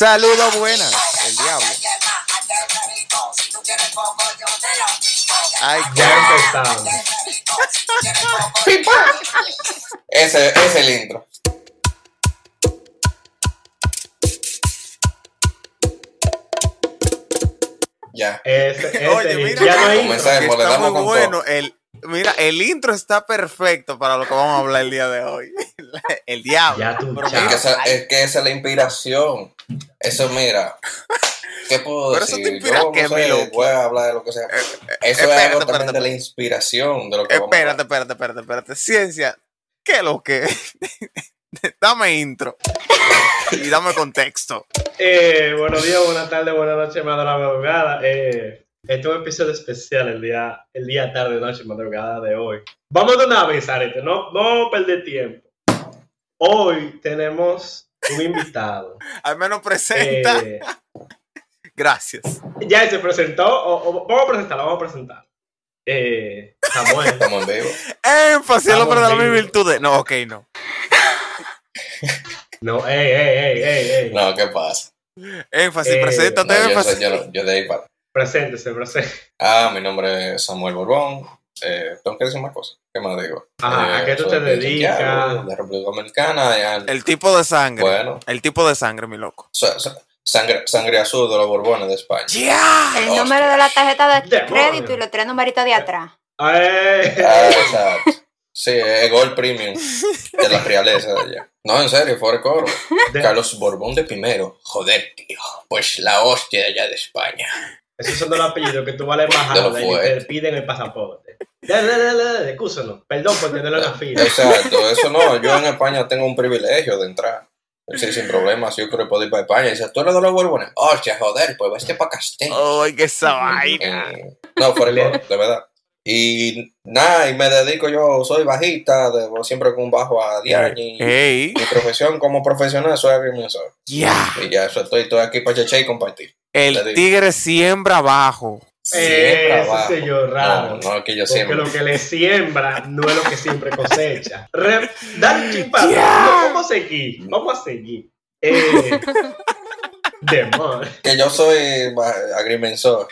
Saludos buenas. El diablo. Ay, qué Ya empezamos. Ese ese es el intro. Ya. Ese, ese Oye, mismo. mira, Este, ya no hay que intro. Comenzamos, le está damos muy con bueno. todo. El, mira, el intro está perfecto para lo que vamos a hablar el día de hoy. El diablo. Ya tú, Pero chao. Es que, mira, esa, es que esa es la inspiración. Eso, mira. ¿Qué puedo Pero eso decir? te inspira Yo que, no sé, mi loco. voy a hablar de lo que sea. eh, Eso es espérate, algo también espérate. de la inspiración de lo que vamos a Espérate, hablar. espérate, espérate, espérate. Ciencia, ¿qué es lo que? dame intro y dame contexto. Eh, buenos días, buenas tardes, buenas noches, madrugada, madrugada. Eh, este es un episodio especial el día, el día tarde, noche, madrugada de hoy. Vamos de una vez, Arete, no, no perder tiempo. Hoy tenemos un invitado. Al menos presenta. Eh, Gracias. ya él se presentó, o- o- vamos a presentarlo, vamos a presentar. Eh, Samuel. Estamos en vivo. Énfasis al hombre de las mil vivos. virtudes. No, ok, no. No, ey, ey, ey, ey, ey. No, ¿qué pasa? Énfasis, Eh, No, preséntate, yo, énfasis. soy- yo no- yo de ahí para. Preséntese, preséntese. Ah, mi nombre es Samuel Borbón. Eh, tengo que decir más cosas. ¿Qué más digo? Ajá, Eh, Ah, ¿a qué tú soy te de dedicas? Santiago, De la República Dominicana. ya- El tipo de sangre. bueno, El tipo de sangre, mi loco. sa- sa- sangre, sangre azul de los Borbones de España. ¡Ya! Hostia. El número de la tarjeta de Demonio. crédito y los tres numeritos de atrás. Ah, Ey. exacto. Sí, es Gold Premium de la realeza de allá. No, en serio, fuera de coro. De- Carlos Borbón de primero. Joder, tío. Pues la hostia de allá de España. Esos son de los apellidos que tú vas a la De embajada los y que te fuertes. piden el pasaporte. Ya, ya, ya, ya, ya, Excúsenos. Perdón por tenerlo en la fila. Exacto, eso no. Yo en España tengo un privilegio de entrar. Sí, sin problemas, yo creo que puedo ir para España. Y dice, tú eres de los Borbones. Hostia, joder, pues vete para Castilla. ¡Ay, qué esa Oh, vaina! Eh, no, por el coro, de verdad. Y nada, y me dedico yo, soy bajista, de- siempre con un bajo a diario. Eh, Y ¡Ey! Mi profesón como profesional soy agrimensor. ¡Ya! Y ya, eso estoy, estoy aquí para chechar y Eh, compartir. Te El digo. tigre siembra abajo. Siempre Eh, abajo. ese señor raro. No, no, que yo Porque siempre. lo que le siembra no es lo que siempre cosecha. Re- Dale chimpa. Ya. No, vamos a seguir. Vamos a seguir. Eh, demonio. Que yo soy ba- agrimensor.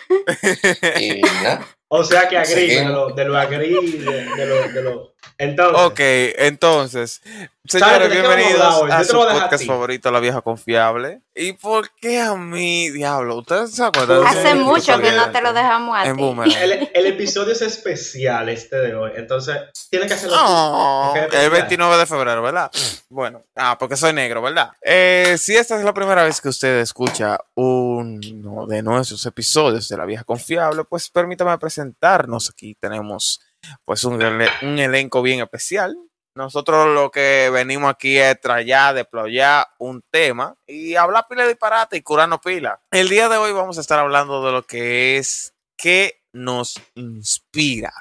y nada. O sea que agri, de Seguimos. lo, de lo agri, de, de lo, de lo. Entonces, Ok, entonces, ¿Sabes señores, de qué vamos a hablar bienvenidos hoy? a Yo te su lo voy a dejar a podcast ti. favorito, La Vieja Confiable. ¿Y por qué a mí, diablo? ¿Ustedes se acuerdan? de ese Hace Hace sí, episodio mucho que no saliente? te lo dejamos a En ti. Boomerang. el, el episodio es especial este de hoy. Entonces, tiene que hacerlo. Ah. No, tú. Déjame Oh, el pensar. 29 de febrero, ¿verdad? Bueno, ah, porque soy negro, ¿verdad? Eh, si esta es la primera vez que usted escucha uno de nuestros episodios de La Vieja Confiable, pues permítame presentarnos. Aquí tenemos pues un, ele- un elenco bien especial. Nosotros lo que venimos aquí es trallar, deployar un tema y hablar pila de disparate y curarnos pila. El día de hoy vamos a estar hablando de lo que es qué nos inspira.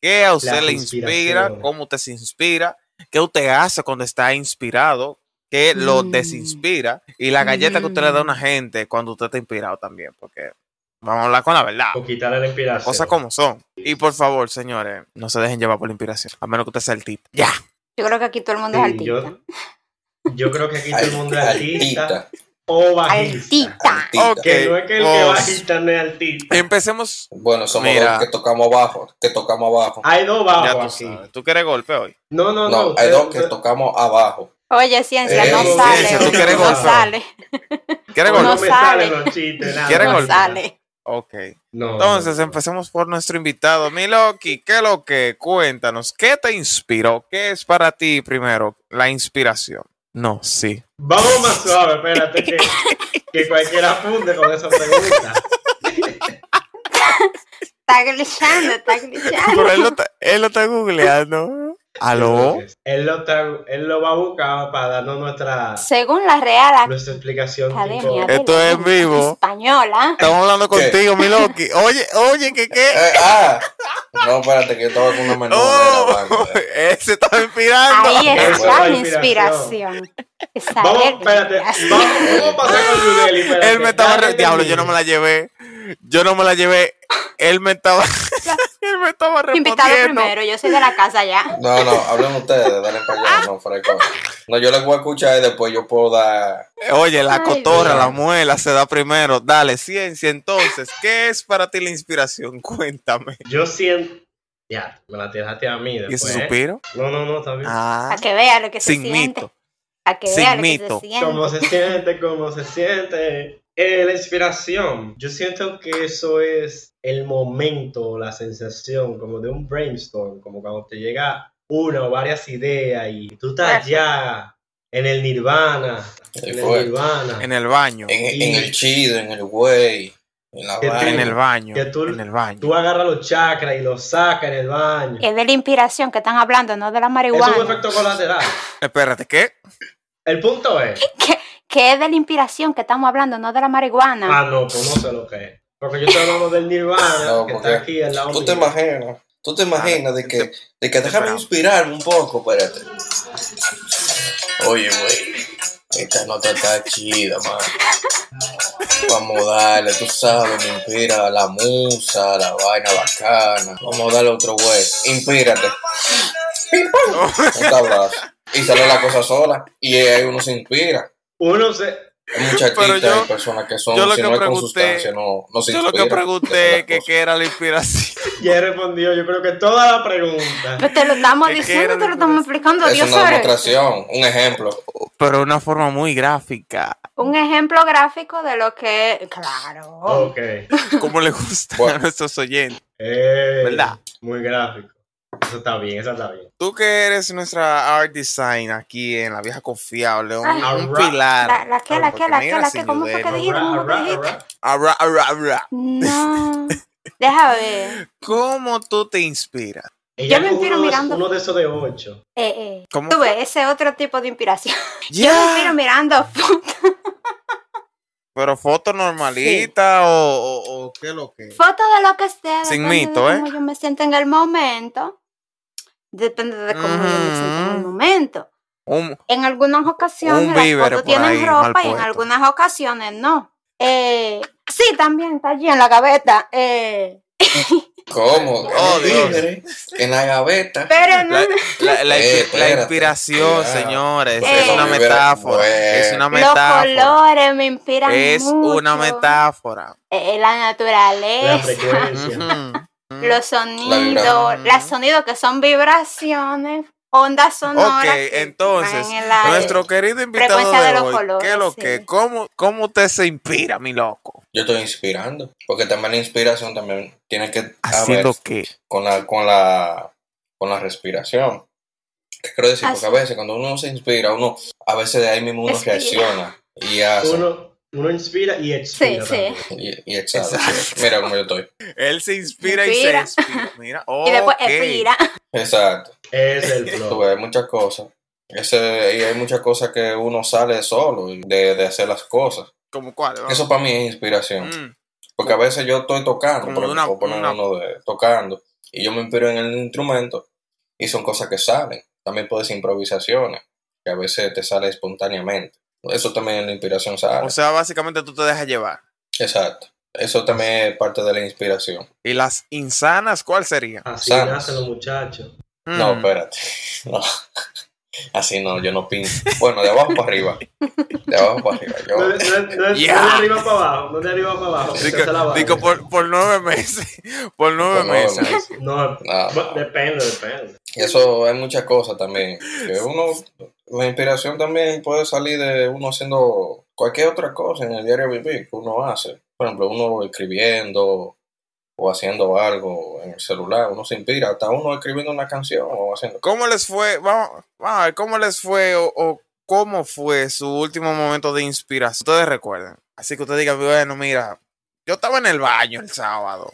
¿Qué a usted La le inspira? inspiración. ¿Cómo usted se inspira? ¿Qué usted hace cuando está inspirado? ¿Qué lo Mm. desinspira? Y la galleta que usted le da a una gente cuando usted está inspirado también, porque vamos a hablar con la verdad. O quitarle la inspiración. Cosas como son. Y por favor, señores, no se dejen llevar por la inspiración. A menos que usted sea el tito. Ya. Yo creo que aquí todo el mundo es Sí, altita. yo, yo creo que aquí todo el mundo es artista Altita. o bajista. Altita. altita. Ok. Que no es que el que Vos. bajista no es artista. Empecemos. Bueno, somos Mira. dos que tocamos abajo. Que tocamos abajo. Hay dos Ya tú bajos aquí. sabes. Ah, ¿Tú quieres golpe hoy? No, no, no. Ah, No, hay ustedes- dos que ustedes- tocamos abajo. Oye, ciencia, Eh, no ciencia, sale. ¿tú oye, quieres no golpear? sale. ¿Quieres no golpe? me No sale. salen los chistes. nada. ¿Quieren No golpe? sale. Ok. No, Entonces em- no. empecemos por nuestro invitado, Miloki. ¿Qué es lo que? Cuéntanos, ¿qué te inspiró? ¿Qué es para ti primero la inspiración? No, sí. Vamos más suave, espérate, que, que cualquiera apunte con esa pregunta. Está glitchando, está glitchando. Pero él lo está, él lo está googleando. ¿Aló? Él lo, está- él lo va a buscar para darnos nuestra, Según la Real nuestra explicación. Academia tipo- de Esto es en la Lengua vivo. Española. Estamos hablando contigo, Miloki. Oye, oye, ¿qué qué? Eh, ah. No, espérate, que yo estaba con una Oh, menudera. abajo. se está inspirando. Ahí Eso es está la la inspiración. Esa Vamos, es la espérate. inspiración. Vamos, vamos a pasar con Yudeli. espérate. Él me estaba Dale, re- diablo, yo no me la llevé. Yo no me la llevé. Él me estaba casa. Él me estaba Invitado respondiendo. primero, yo soy de la casa ya. No, no, hablen ustedes, dale para allá, no, freco. No, yo les voy a escuchar y después yo puedo dar. Oye, la Ay, cotorra, Dios. la muela se da primero. Dale, ciencia. Entonces, ¿qué es para ti la inspiración? Cuéntame. Yo siento. Ya, me la tiraste a mí ¿Y después. ese ¿eh? suspiro? No, no, no, está bien. Ah, A que vea lo que se sin siente. mito. A que Sin vea lo mito. que se siente. ¿Cómo se siente? ¿Cómo se siente? Eh, la inspiración. Yo siento que eso es el momento, la sensación, como de un brainstorm, como cuando te llega una o varias ideas y tú estás ya en el nirvana. Sí, En eh, fue. el nirvana. En el baño. En, en el chido, en el güey, en la Que En vaina. el baño. que tú- En el baño. Tú agarras los chakras y los sacas en el baño. Es de la inspiración que están hablando, no de Eso la es un marihuana. efecto colateral. Espérate, ¿qué? El punto es. Que es de la inspiración que estamos hablando, no de la marihuana. Ah, no, pues no sé lo que es. Porque yo estoy hablando del nirvana No, que porque está aquí al lado. Tú te mío. imaginas, tú te imaginas de que, de que déjame Esperamos. inspirarme un poco, espérate. Oye, güey, esta nota está chida, man. Vamos a darle, tú sabes, me inspira la musa, la vaina bacana. Vamos a darle otro güey, inspírate. Pim, pam. Un tablazo. Y sale la cosa sola, y ahí uno se inspira. Uno se. Hay muchas Pero artistas yo- y personas que son, yo lo si que no es con pregunté- sustancia, no, no se Yo lo inspiran. que Esa es pregunté la es que cosa. qué era la inspiración. Ya he respondido, yo creo que toda la pregunta. Pues te lo estamos ¿Qué- qué diciendo, era te la lo estamos explicando. Es Dios una sabe. demostración, un ejemplo. Pero de una forma muy gráfica. Un ejemplo gráfico de lo que. Claro. Ok. Como le gusta a Bueno. nuestros oyentes. Eh, ¿Verdad? Muy gráfico. Eso está bien, eso está bien. Tú que eres nuestra art design aquí en La Vieja Confiable, un, Ay. un pilar. La, la que, la que, la que, la que, ¿cómo fue que Porque dijiste? Arra, ¿Cómo fue que arra, dijiste? arra. Abra, abra, abra. No. Deja ver. ¿Cómo tú te inspiras? Ella me cogió inspiro uno de- mirando. Uno de esos de ocho. Eh, eh. ¿Cómo Tú fue? ves, ese otro tipo de inspiración. Yo me Ya. inspiro mirando fotos. Pero foto normalita o, o, o qué es lo que. es? Fotos de lo que sea. Sin depende de mito, ¿eh? Cómo yo me siento en el momento. Depende de cómo yo me siento en el Ujú. momento. Un- En algunas ocasiones Un las vívere fotos por tienen ahí, mal ropa y en puesto. algunas ocasiones no. Eh, sí, también está allí en la gaveta. eh, ¿Cómo? Oh, En el Dios. tigre, en la gaveta. pero no, la, la- la- Eh, la espérate, inspiración, cuidado. señores, Porque es no una me hubiera- metáfora. Es una los metáfora. colores me inspiran Es mucho. una metáfora. Eh, la La naturaleza, frecuencia. Ujú. los La sonidos, vibra- los sonidos que son vibraciones, ondas sonoras. Ok, que entonces, van en el aire. Nuestro querido invitado Frecuencia de, de los hoy, colores, ¿qué es lo sí. que? ¿Cómo, ¿Cómo usted se inspira, mi loco? Yo estoy inspirando. Porque también la inspiración también tiene que haber Haciendo que con la, con la, con la respiración. ¿Qué quiero decir? Porque Así. a veces cuando uno se inspira, uno, a veces de ahí mismo uno Respira. reacciona y hace. Uno, uno inspira y expira. Sí, sí. también. Y, y exhala. Exacto. Mira cómo yo estoy. él se inspira, Inspira. y se inspira. Mira, y después eh, ok. expira. Exacto. Es el Tú flow. ves, hay muchas cosas. Ese, y hay muchas cosas que uno sale solo y de, de hacer las cosas. ¿Cómo cuál? Eso para mí es inspiración. Mm, Porque a veces yo estoy tocando, Como por de una- ejemplo, poner una- uno de tocando, y yo me inspiro en el instrumento, y son cosas que salen. También puedes improvisaciones, que a veces te sale espontáneamente. Eso también es la inspiración sale. O sea, básicamente tú te dejas llevar. Exacto. Eso también es parte de la inspiración. ¿Y las insanas cuál sería? Así Sanos. nacen los muchachos. No, Mm. espérate. No. Así no, yo no pinto. Bueno, de abajo para arriba. De abajo para arriba. No, Yo, no, no, no de Yeah. arriba para abajo. No de arriba para abajo. porque Dico, esa es la vaina. dico, por, por nueve meses. Por nueve Por nueve meses. meses. No, No, bu- no. depende, depende. Y eso hay muchas cosas también. Que uno, la inspiración también puede salir de uno haciendo cualquier otra cosa en el diario vivir que uno hace. Por ejemplo, uno escribiendo o haciendo algo en el celular, uno se inspira, hasta uno escribiendo una canción o haciendo. ¿Cómo les fue? Vamos, vamos a ver, ¿cómo les fue o, o cómo fue su último momento de inspiración? Ustedes recuerdan. Así que usted diga, bueno, mira, yo estaba en el baño el sábado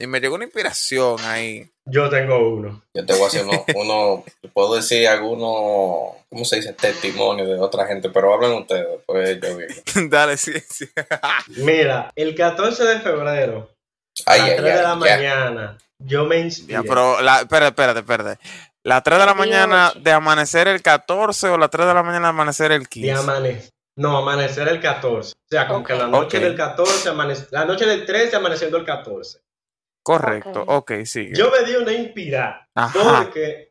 y me llegó una inspiración ahí. Yo tengo uno. Yo te voy a hacer uno, uno- puedo decir algunos, ¿cómo se dice? Testimonio de otra gente, pero hablen ustedes, pues yo digo. Dale, ciencia. Mira, el 14 de febrero, Ay, a las ay, 3 de la ay, ya. mañana, yo me inspiré. Ya, pero, la, espérate, espérate, espérate. ¿La 3 de la mañana de amanecer el 14 o la 3 de la mañana de amanecer el De 15? amanecer. No, amanecer el 14. O sea, como que la noche Ok. del 14, amane- la noche del 13, amaneciendo el 14. Correcto, ok, sigue. Yo me di una inspirada. Ajá. Porque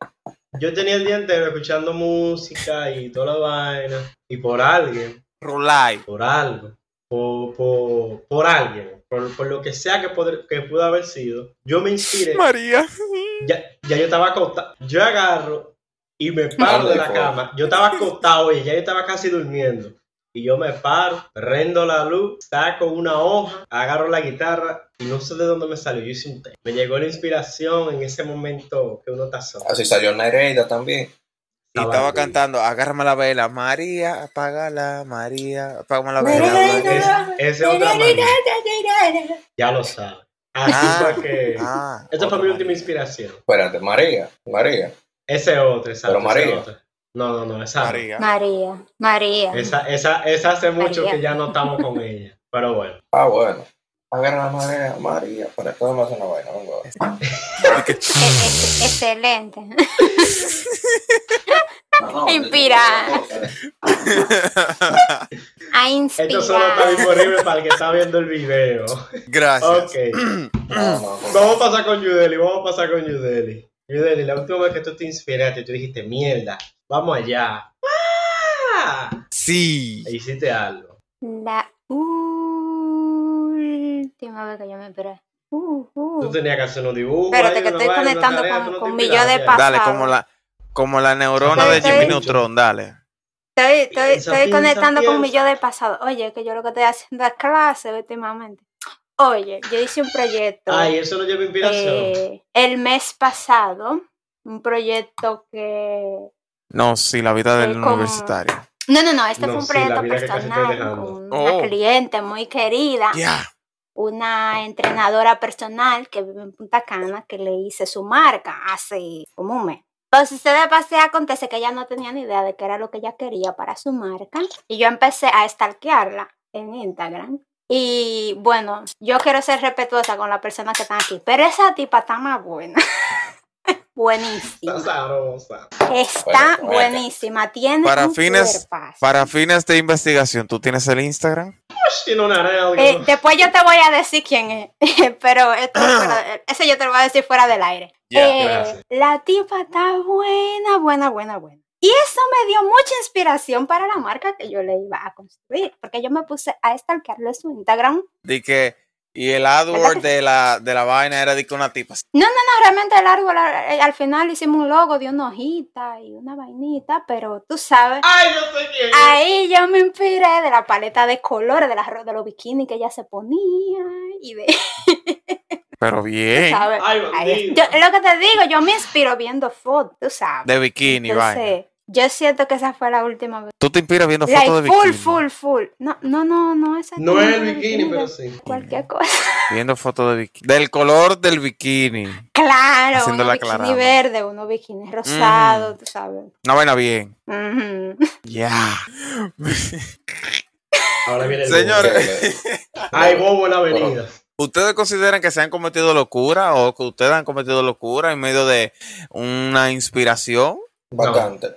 yo tenía el día entero escuchando música y toda la vaina. Y por alguien, Rulay. por algo, por, por, por alguien, por, por lo que sea que, podr- que pudo haber sido, yo me inspiré. María. Ya, ya yo estaba acostado. Yo agarro y me paro de la Dale, cama. Yo estaba acostado y ya yo estaba casi durmiendo. Y yo me paro, prendo la luz, saco una hoja, agarro la guitarra y no sé de dónde me salió. Yo hice un tema. Me llegó la inspiración en ese momento que uno está solo. Así salió Nereida también. Y estaba cantando, agárrame la vela, María, apágala, María, apágame la vela. María. Es, esa es otra manera. Ya lo sabes. Así Ah. fue que. Ah, Esa fue otra mi María. última inspiración. Espérate, María, María. Ese otro, exacto. ese Pero María. otro. No, no, no, esa. no. María. María, María. Eh, Esa, esa, esa hace mucho María. que ya no estamos con ella. Pero bueno. Ah, bueno. Agarra la María, María. Para todo más una vaina, venga. E- e- excelente. Inspira. A Esto solo está inspirar. disponible para el que está viendo el video. Gracias. Ok. No, no, no. Vamos a pasar con Yudeli, vamos a pasar con Yudeli. Yudeli, la última vez que tú te inspiraste, tú dijiste, mierda, vamos allá. ¡Ah! Sí. E hiciste algo. La última vez que yo me esperé. Uh, uh. Tú tenías que hacer unos dibujos. Espérate, ahí, que una estoy vaina, conectando tarea, con- tú no te con mi yo de inspiraste. pa- Dale, pasado. como la, como la neurona de Estoy- Jimmy estoy- Neutron, dale. Estoy, estoy, Piensa, estoy piensa, conectando con mi piensa. yo del pasado. Oye, que yo lo que estoy haciendo es clase últimamente. Oye, yo hice un proyecto Ay, eso no lleva inspiración. eh, el mes pasado, un proyecto que... No, sí, la vida del Eh, como- universitario. No, no, no, este No, fue un sí, la proyecto vida que casi estoy personal dejando. con Oh. una cliente muy querida, Ya. una entrenadora personal que vive en Punta Cana, que le hice su marca hace como un mes. Entonces, se de pase acontece que ella no tenía ni idea de qué era lo que ella quería para su marca. Y yo empecé a stalkearla en Instagram. Y bueno, yo quiero ser respetuosa con las personas que están aquí, pero esa tipa está más buena. Está buenísima. sabrosa. Está Bueno, bueno. buenísima. Tiene Para un fines- cuerpazo. Para fines de investigación, ¿tú tienes el Instagram? Ush, Tiene una nalga. Eh, después yo te voy a decir quién es, pero esto es fuera- ese yo te lo voy a decir fuera del aire. Ya, Eh, gracias. la tipa está buena, buena, buena, buena. Y eso me dio mucha inspiración para la marca que yo le iba a construir, porque yo me puse a stalkearlo en su Instagram. De que, y el AdWord de la, de la vaina era de que una tipa. No, realmente el árbol eh, al final hicimos un logo de una hojita y una vainita, pero tú sabes, Ay, yo sé quién. es. Ahí yo me inspiré de la paleta de colores, de, las ro- de los bikinis que ella se ponía y de, Pero bien. ¿sabes? Ay, Ahí es. bandido. Yo- lo que te digo, yo me inspiro viendo fotos, tú sabes. De bikini, vaina. Entonces, yo siento que esa fue la última vez. Tú te inspiras viendo Like, fotos de full, bikini. full, full. No, no, no, no, esa No es el de bikini, pero de sí. Cualquier cosa. Viendo fotos de bikini. Del color del bikini. Claro, Haciendo uno la bikini aclarada. verde, uno bikini rosado, tú sabes. Una vaina bien. Ujú. Ya. Ahora viene el Señores. bobo. Ay, bobo en la avenida. ¿Ustedes consideran que se han cometido locura o que ustedes han cometido locura en medio de una inspiración? Bastante.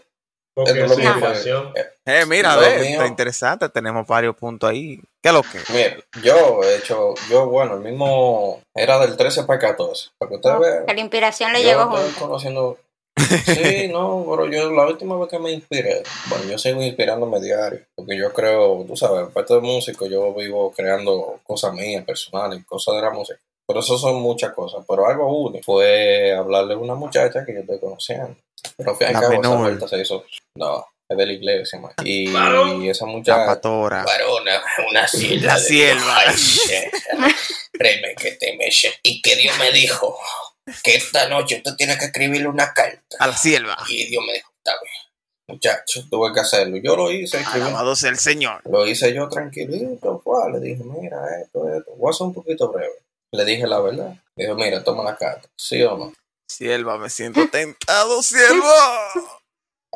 Porque Esto es es lo mío. inspiración. Eh, Eh, mira, a Lo ver, mío. está interesante. Tenemos varios puntos ahí. ¿Qué es lo que? Mira, yo he hecho, yo bueno, el mismo era del 13 para el 14. Para que ustedes vean. Que la inspiración le Yo llegó estoy junto. conociendo. Sí, no, pero yo la última vez que me inspiré, bueno, yo sigo inspirándome diario, porque yo creo, tú sabes, aparte de músico, yo vivo creando cosas mías, personales, cosas de la música. Pero eso son muchas cosas. Pero algo único fue hablarle a una muchacha que yo estoy conociendo. Pero fui a La cabo, esa menor. vuelta se hizo, no, es de la iglesia, man. Y, Varón. esa La muchacha, patora. varona, una Ah. sierva. La de sierva. Dios. Ay, sí. Créeme que te me Y que Dios me dijo que esta noche tú tienes que escribirle una carta. A la sierva. Y Dios me dijo, está bien. Muchacho, tuve que hacerlo. Yo lo Ah, hice, escribí. Alabado sea el Señor. Lo hice yo tranquilito, fue, Le dije, mira, esto, esto. Voy a ser un poquito breve. Le dije la verdad. Dijo, mira, toma la carta. ¿Sí o no? Sierva, me siento tentado, sierva.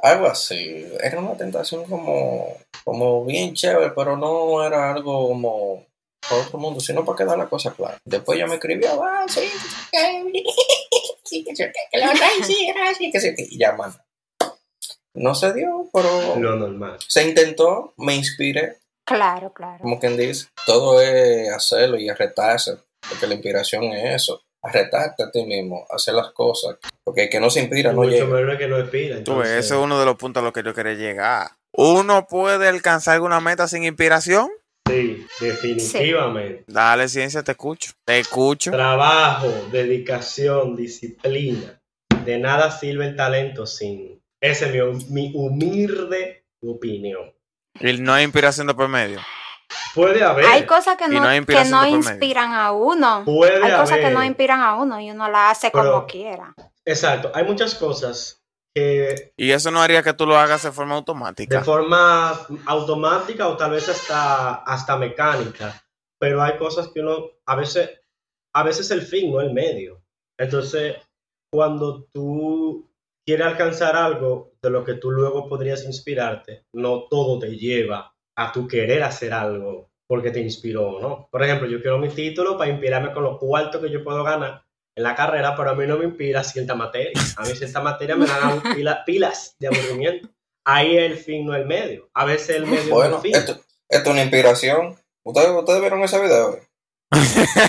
Algo así. Era una tentación como, como bien chévere, pero no era algo como para otro mundo, sino para quedar la cosa clara. Después ya me escribía, ah, sí, que- sí, que sí, que la verdad, sí, gracias, que sí, que-". Y ya, mano. No se dio, pero Lo normal. se intentó, me inspiré, Claro, claro. como quien dice. Todo es hacerlo y es retarse, porque la inspiración es eso. retarte a ti mismo, hacer las cosas. Porque el que no se inspira no Mucho llega. menos que no expira. Tú ves, entonces- ese es uno de los puntos a los que yo quería llegar. ¿Uno puede alcanzar alguna meta sin inspiración? Sí, definitivamente. Dale, ciencia, te escucho. Te escucho. Trabajo, dedicación, disciplina. De nada sirve el talento sin. Esa es mi, hum- mi humilde opinión. Y no hay inspiración de por medio. Puede haber. Hay cosas que Y no, no hay que inspiración no de por medio. inspiran a uno. puede Hay haber. cosas que no inspiran a uno y uno la hace Pero- como quiera. Exacto. Hay muchas cosas que Y eso no haría que tú lo hagas de forma de automática. forma automática o tal vez hasta, hasta mecánica. Pero hay cosas que uno, a veces, a veces el fin, no el medio. Entonces, cuando tú quieres alcanzar algo de lo que tú luego podrías inspirarte, no todo te lleva a tu querer hacer algo porque te inspiró, ¿no? Por ejemplo, yo quiero mi título para inspirarme con los cuartos que yo puedo ganar en la carrera, pero a mí no me inspira cierta materia. A mí cierta materia me dan pila- pilas de aburrimiento. Ahí el fin, no el medio. A veces el medio no Bueno, es el fin. esto, esto es una inspiración. ¿Ustedes, ustedes vieron ese video?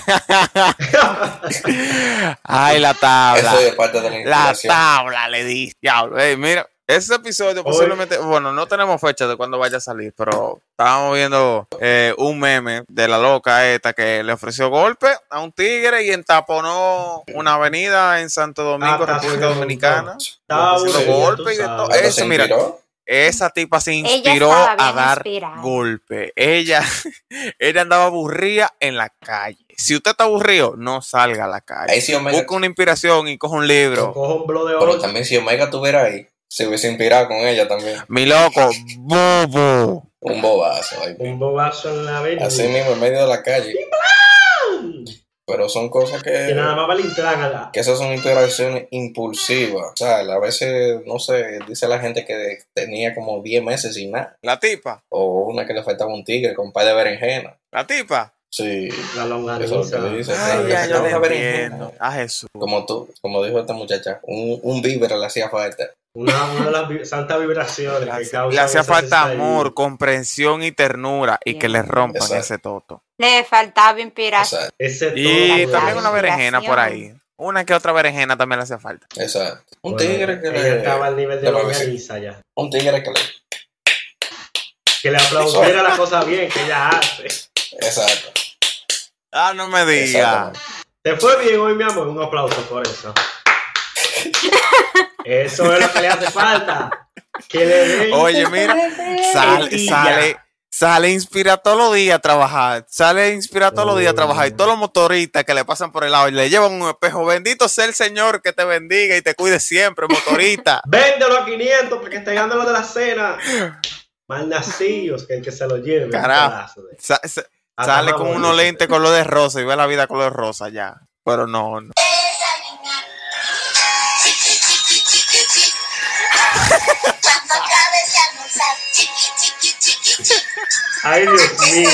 Ay, Ah, la tabla. Eso es parte de la La inspiración. tabla le di. Diablo. Ey, mira, ese episodio Hoy- posiblemente, bueno, no tenemos fecha de cuándo vaya a salir, pero estábamos viendo eh, un meme de la loca esta que le ofreció golpe a un tigre y entaponó una avenida en Santo Domingo, Ah, República sí, Dominicana. Estaba Haciendo aburrido, golpe tú y de sabes. todo. Esto Eso, se mira. inspiró. Esa tipa se Ella inspiró estaba a bien dar inspirada. golpe. Ella, ella andaba aburrida en la calle. Si usted está aburrido, no salga a la Ahí calle. sí Omega, Busca una inspiración y coja un libro. Cojo un blow de pero oro. también si Omega estuviera ahí, se hubiese inspirado con ella también. Mi loco, bobo. Un bobazo. ahí. Un bobazo en la avenida. Así mismo, en medio de la calle. Pero son cosas Que nada que, más vale entrar a la- que esas son inspiraciones impulsivas. O sea, a veces, no sé, dice la gente que tenía como 10 meses sin nada. La tipa, O una que le faltaba un tigre con un par de berenjena. la tipa. Sí, la eso es lo que longaniza. dice. Ay, sí, ya, que yo faltaba te una berenjena. entiendo. A Jesús. Como tú, como dijo esta muchacha, un, un víver le hacía falta. Una, una de las vi- santas vibraciones Le que hace- causan le hacía esa falta sensación. amor, comprensión y ternura y que le rompan Exacto. ese toto. Le faltaba Exacto, inspiración. Ese Y todo, también la una berenjena por ahí. inspiración. Una que otra berenjena también le hacía falta. exacto. Un Bueno, tigre que ella le. estaba al nivel de de la longaniza ya. Un tigre que le. Que le aplaudiera la cosa bien que ella hace. Exacto. Ah, no me digas. exactamente. Te fue bien hoy, mi amor. Un aplauso por eso. Eso es lo que le hace falta. Que le den Oye, mira, sale, Envidia. sale, sale inspira todos los días a trabajar. Sale inspira todos los días a trabajar. Y todos los motoristas que le pasan por el lado y le llevan un espejo. Bendito sea el Señor que te bendiga y te cuide siempre, motorista. Véndelo a 500 porque está llegando lo de la cena. Malnacillos, que el que se lo lleve. Carajo. un pedazo de- Sa- sa- Hasta Sale más con bonito. unos lentes color de rosa y ve la vida color rosa ya. Pero no, no. Ay, Dios mío.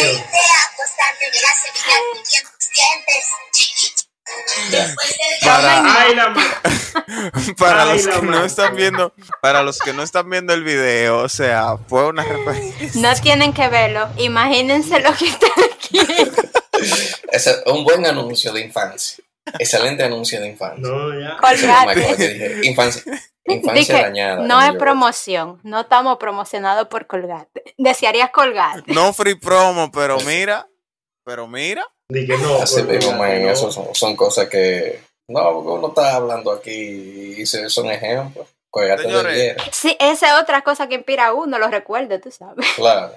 Ya. Para, Ay, la ma- para Ay, los la que no madre. están viendo, para los que no están viendo el video, o sea, fue una referencia. No tienen que verlo. Imagínense lo que está aquí. Ese es un buen anuncio de infancia. Excelente anuncio de infancia. No, ya. Ese fue Colgate. Michael que dije, Infancia, infancia Dije, dañada. no es Yo- promoción, no estamos promocionados por Colgate. Desearías Colgate. No free promo, pero mira, pero mira. Dije, no. Así por mismo, favor, man, no. eso son, son cosas que. No, porque uno está hablando aquí y se- son ejemplos. Colgate de Señores. ayer, Sí, esa es otra cosa que inspira a uno, lo recuerdo, tú sabes. claro.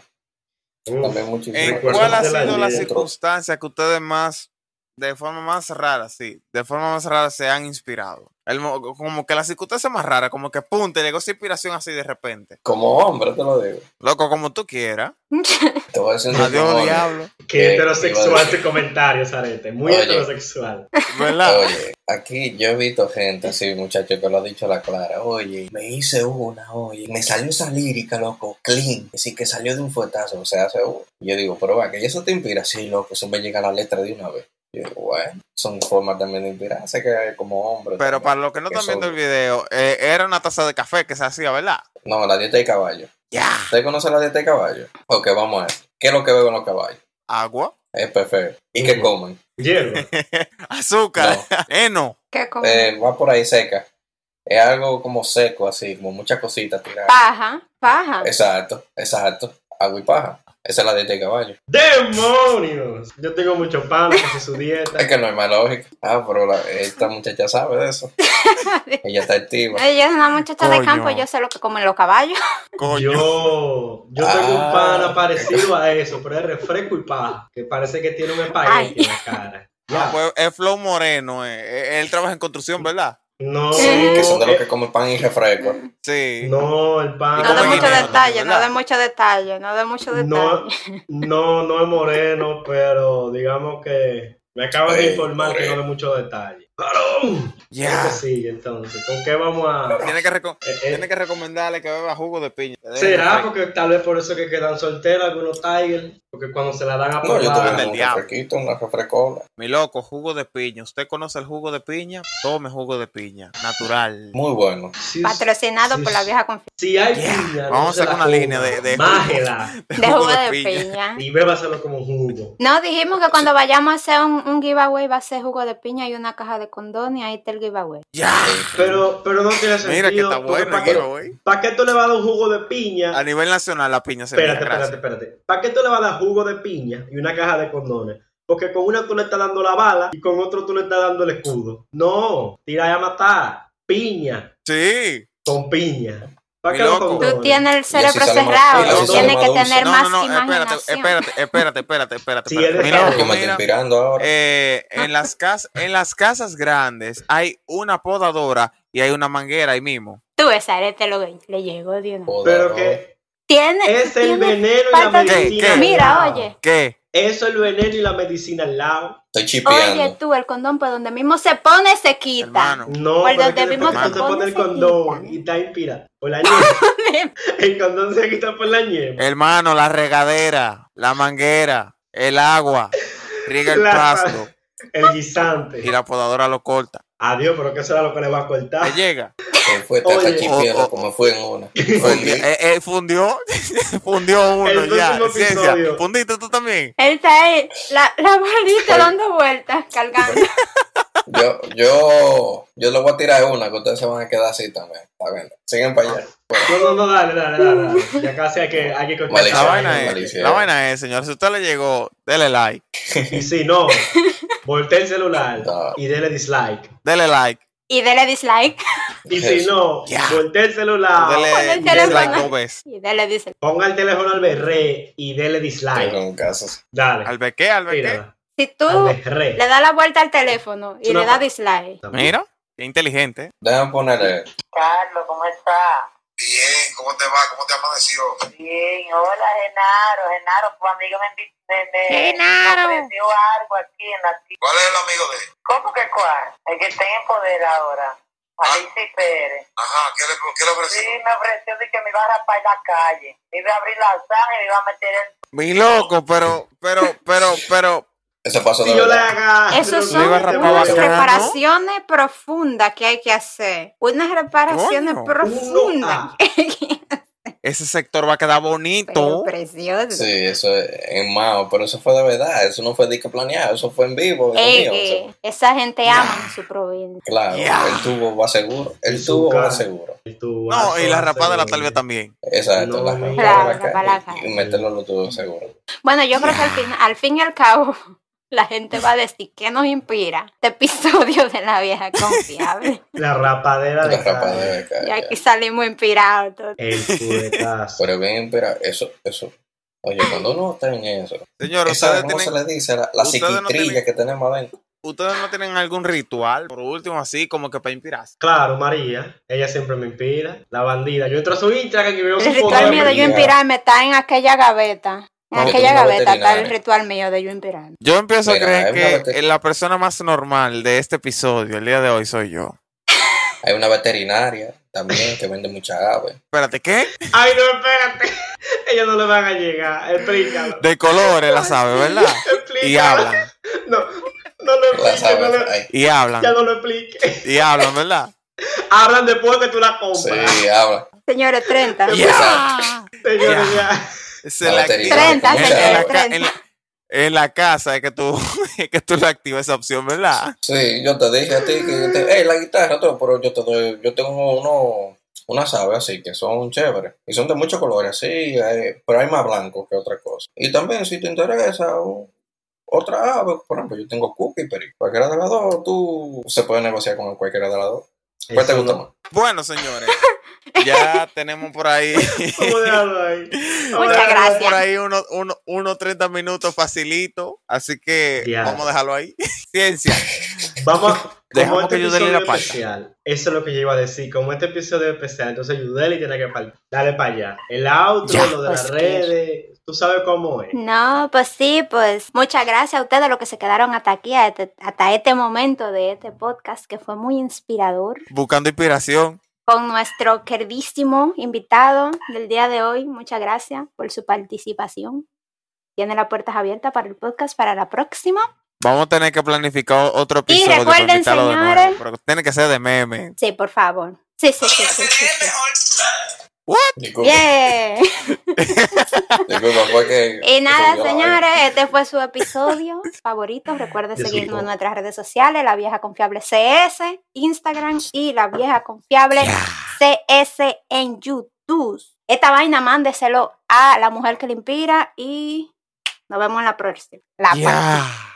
Uf, También muchísimas ¿En Recuerdo Eh, cuál ha de la sido la dieta. circunstancia que ustedes más, de forma más rara, sí, de forma más rara se han inspirado? El mo- como que la circunstancia más rara, como que pum, te llegó esa inspiración así de repente. Como hombre, te lo digo. Loco, como tú quieras. Te voy a decir un Adiós, testimonio. diablo. Qué Eh, iba a heterosexual decir. tu comentario, Sarete. Muy Oye. heterosexual. ¿Verdad? Oye, aquí yo he visto gente así, muchachos, que lo ha dicho a la clara. Oye, me hice una, oye, me salió esa lírica, loco, clean. Así que salió de un fuetazo, o sea, hace uno. Yo digo, pero va, que eso te inspira. Sí, loco, eso me llega a la letra de una vez. Yo digo, bueno, son formas también de inspirarse que como hombre. Pero también. para los que no están Eso- viendo el video, eh, era una taza de café que se hacía, ¿verdad? No, la dieta de este caballo. Ya. este ¿Usted conoce la dieta de caballo? Ok, vamos a ver. ¿Qué es lo que beben los caballos? agua, Es perfecto. ¿Y qué comen? Hierba. azúcar, heno. ¿Qué con Eh, va por ahí seca. Es algo como seco, así, como muchas cositas tiradas. paja, paja. Exacto, exacto. Agua y paja. Esa es la dieta de este caballo. ¡Demonios! Yo tengo mucho pan, hace su dieta. Es que no hay más lógica. Ah, pero la- esta muchacha sabe de eso. Ella está activa. Ella es una muchacha de Coño. campo, yo sé lo que comen los caballos. Coño. Yo, yo tengo un Ah. pan parecido a eso, pero es refresco y paja, que parece que tiene un espagueti en la cara. Ah, Ya. pues es Flow Moreno. eh. Él trabaja en construcción, ¿verdad? No, Sí, que son de los eh, que comen pan y refresco. Sí. no, el pan. Y No de comen mucho guineo, detalle, no ¿verdad? de mucho detalle, no de mucho detalle. No, no, no es moreno, pero digamos que me acaban de Ey, informar que no moreno. de mucho detalle. ¡Varón! Creo Ya. que sí, entonces. ¿Con qué vamos a.? Tiene que, reco- eh, eh, ah, tiene que recomendarle que beba jugo de piña. ¿Será? Porque tal vez por eso que quedan solteros algunos Tigers. Porque cuando se la dan a No, yo probar- tuve del un diablo. refresquito, una refrescola. Mi loco, jugo de piña. ¿Usted conoce el jugo de piña? Tome jugo de piña. Natural. Muy bueno. Sí, Patrocinado sí, por la sí. vieja confianza Si hay Yeah. piña, no Vamos se a hacer la una coma. línea de- de- Májela de jugo de piña. y bébaselo como jugo. No, dijimos que cuando vayamos a hacer un, un giveaway va a ser jugo de piña y una caja de condones, ahí está el giveaway. Ya. Pero, pero no tiene sentido. Mira que está bueno. ¿Para qué, mira, güey. pa' qué tú le vas a dar un jugo de piña? A nivel nacional la piña se mira, espérate, espérate, gracias. espérate. ¿Para qué tú le vas a dar jugo de piña y una caja de condones? Porque con una tú le estás dando la bala y con otro tú le estás dando el escudo. No, tira a matar. Piña Sí. con piña. ¿Para Mi qué los loco. Tú condones? tienes el cerebro sale más- cerrado, y así tú sale tienes más que dulce. tener No, más no, no, espérate, imaginación. espérate, espérate, espérate, espérate, Sí, espérate. eres Mi cabrón. loco, Yo me estoy mira, inspirando ahora. eh, en, las cas- en las casas grandes hay una podadora y hay una manguera ahí mismo. Tú esa arete lo le llegó de una. Pero Joder, que Tiene, es el tiene veneno y la falta de- medicina. ¿Qué? al Mira, lado. oye. ¿Qué? Eso es el veneno y la medicina al lado. Estoy chipeando. Oye, tú, el condón, pues donde mismo se pone, se quita. Hermano. No, Por pero donde es que mismo después te tú te pones el pones, se condón quita. y está inspirado. Por la ñema. el condón se quita por la ñema. Hermano, la regadera, la manguera, el agua, riega el La- pasto El guisante. y la podadora lo corta. Adiós, pero que eso era lo que le va a cortar. Le llega. ¿Cómo fue? Te Oye. está Oh, oh. chipeando como fue en una. Fundi- Fundí. eh, eh, fundió, fundió uno El ya. próximo Ciencia. episodio. Fundiste tú también. Él está ahí, la, la bolita dando vueltas, cargando. Yo, yo, yo le voy a tirar una que ustedes se van a quedar así también. Está bien. Siguen para allá. No, no, no, dale, dale, dale. dale. Ya casi hay que, hay que cortar Vale, esa La Eso vaina es es, malicia. la vaina es, señor. Si usted le llegó, dele like, Y si no, voltea el celular No. y dele dislike. dele like, Y dele dislike. Y si no, Ya. voltea el celular, Ponle dele el teléfono. dislike dos veces. Y dele dislike. ponga el teléfono al berré y dele dislike. Tengo un caso. Dale, Al beque, al beque. tírala. Si Al tú berré. le das la vuelta al teléfono y No. le das dislike. Mira, qué inteligente. Déjame ponerle. Carlos, ¿cómo está? Bien, ¿cómo te va? ¿Cómo te amaneció? Bien, hola Genaro, Genaro, tu amigo me, invi- me, me- me ofreció algo aquí en la tienda. ¿Cuál es el amigo de él? ¿Cómo que cuál? El que está en poder ahora, Alicia Pérez. Ajá, ¿qué le, qué le Sí, ofreció? me ofreció de que me iba a rapar la calle, me iba a abrir la zanja y me iba a meter el... Mi loco, pero, pero, pero, pero. Eso pasó de Si yo le verdad. haga. Esas Le son iba a rapar unas bacano. reparaciones profundas que hay que hacer. Unas reparaciones Coño. profundas. Uno, ah. Ese sector va a quedar bonito. Pero precioso. Sí, eso es en Mao, pero eso fue de verdad. Eso no fue disque planeado, eso fue en vivo. Dios Ey, mío, que eso- Eh, esa gente ama su provincia. Claro, Ya. el tubo va seguro. Y El su tubo va cara. seguro. Tú No, vas y la a rapada de la hacer- talvia también. Exacto, No, la no. rapada Claro, de la rapada calle la Y meterlo en los tubos seguro. Bueno, yo creo que al fin, al fin y al cabo la gente va a decir que nos inspira este episodio de la vieja confiable. La rapadera de La rapada cara. de calle. y aquí salimos inspirados. todos. El cubetazo. Pero bien, pero eso, eso. Oye, cuando uno está en eso, Señor, esa, ustedes ¿cómo se tienen, le dice? La, la ustedes no psiquitrilla tienen- que tenemos adentro. ustedes no tienen algún ritual, por último, así como que para inspirarse. Claro, María. Ella siempre me inspira. La bandida. Yo entro a su Instagram y veo El su ritual Joder, mío de mira. yo inspirarme está en aquella gaveta. En No, aquella tú no gaveta está el veterinaria. ritual mío de yo inspirarme. Yo empiezo Mira, a hay una creer que vete- la persona más normal de este episodio, el día de hoy, soy yo. Hay una veterinaria también que vende mucha ave. Espérate, ¿qué? Ay, no, espérate. Ellos no le van a llegar. Explícalo. De colores la sabe, ¿verdad? Y Explícalo. hablan, No, no lo Las expliques. No aves, lo- ay, y hablan, ya no lo expliques. y hablan, ¿verdad? Hablan después que tú la compras. Sí, habla. Señores, 30. ¡Ya! Señores, Ya. ya. Se la- veterinaria. en la- 30, en la- señores, en la- 30. en la casa es que tú, es que tú le activas esa opción, ¿verdad? Sí, yo te dije a ti que yo te- "Ey, la guitarra, tú", pero yo te doy, yo tengo uno, unas aves así que son chéveres y son de muchos colores, sí, eh, pero hay más blanco que otra cosa. Y también si te interesa u- otra ave, por ejemplo, yo tengo cookie, pero cualquiera de las dos, tú se puede negociar con cualquiera de las dos. Pues ¿Cuál te Eso gusta no. más? Bueno, señores, ya tenemos por ahí. Vamos a dejarlo ahí. Vamos a Muchas dejarlo ahí. Por ahí unos uno, uno 30 minutos facilito, así que Ya. vamos a dejarlo ahí. Ciencia. Vamos, como Dejamos que Yudeli episodio la es parta. especial, eso es lo que yo iba a decir. Como este episodio es especial, entonces Yudeli tiene que par- Dale para allá. El outro, Ya, lo de pues, las que- redes, tú sabes cómo es. No, pues sí, pues muchas gracias a ustedes los que se quedaron hasta aquí, a este- hasta este momento de este podcast que fue muy inspirador Buscando inspiración. con nuestro queridísimo invitado del día de hoy. Muchas gracias por su participación. Tiene las puertas abiertas para el podcast para la próxima. Vamos a tener que planificar otro Y episodio. para recuerden, invitarlo de nuevo, señores. pero tiene que ser de meme. Sí, por favor. Sí, sí, sí, sí. sí, sí. Disculpa, Yeah. disculpa, fue que. Y nada, que se me olvidó la señores, este fue su episodio favorito. Recuerden Dios seguirnos mío. en nuestras redes sociales, La Vieja Confiable CS, Instagram y La Vieja Confiable CS en YouTube. Esta vaina mándeselo a la mujer que le inspira y nos vemos en la próxima. La Ya.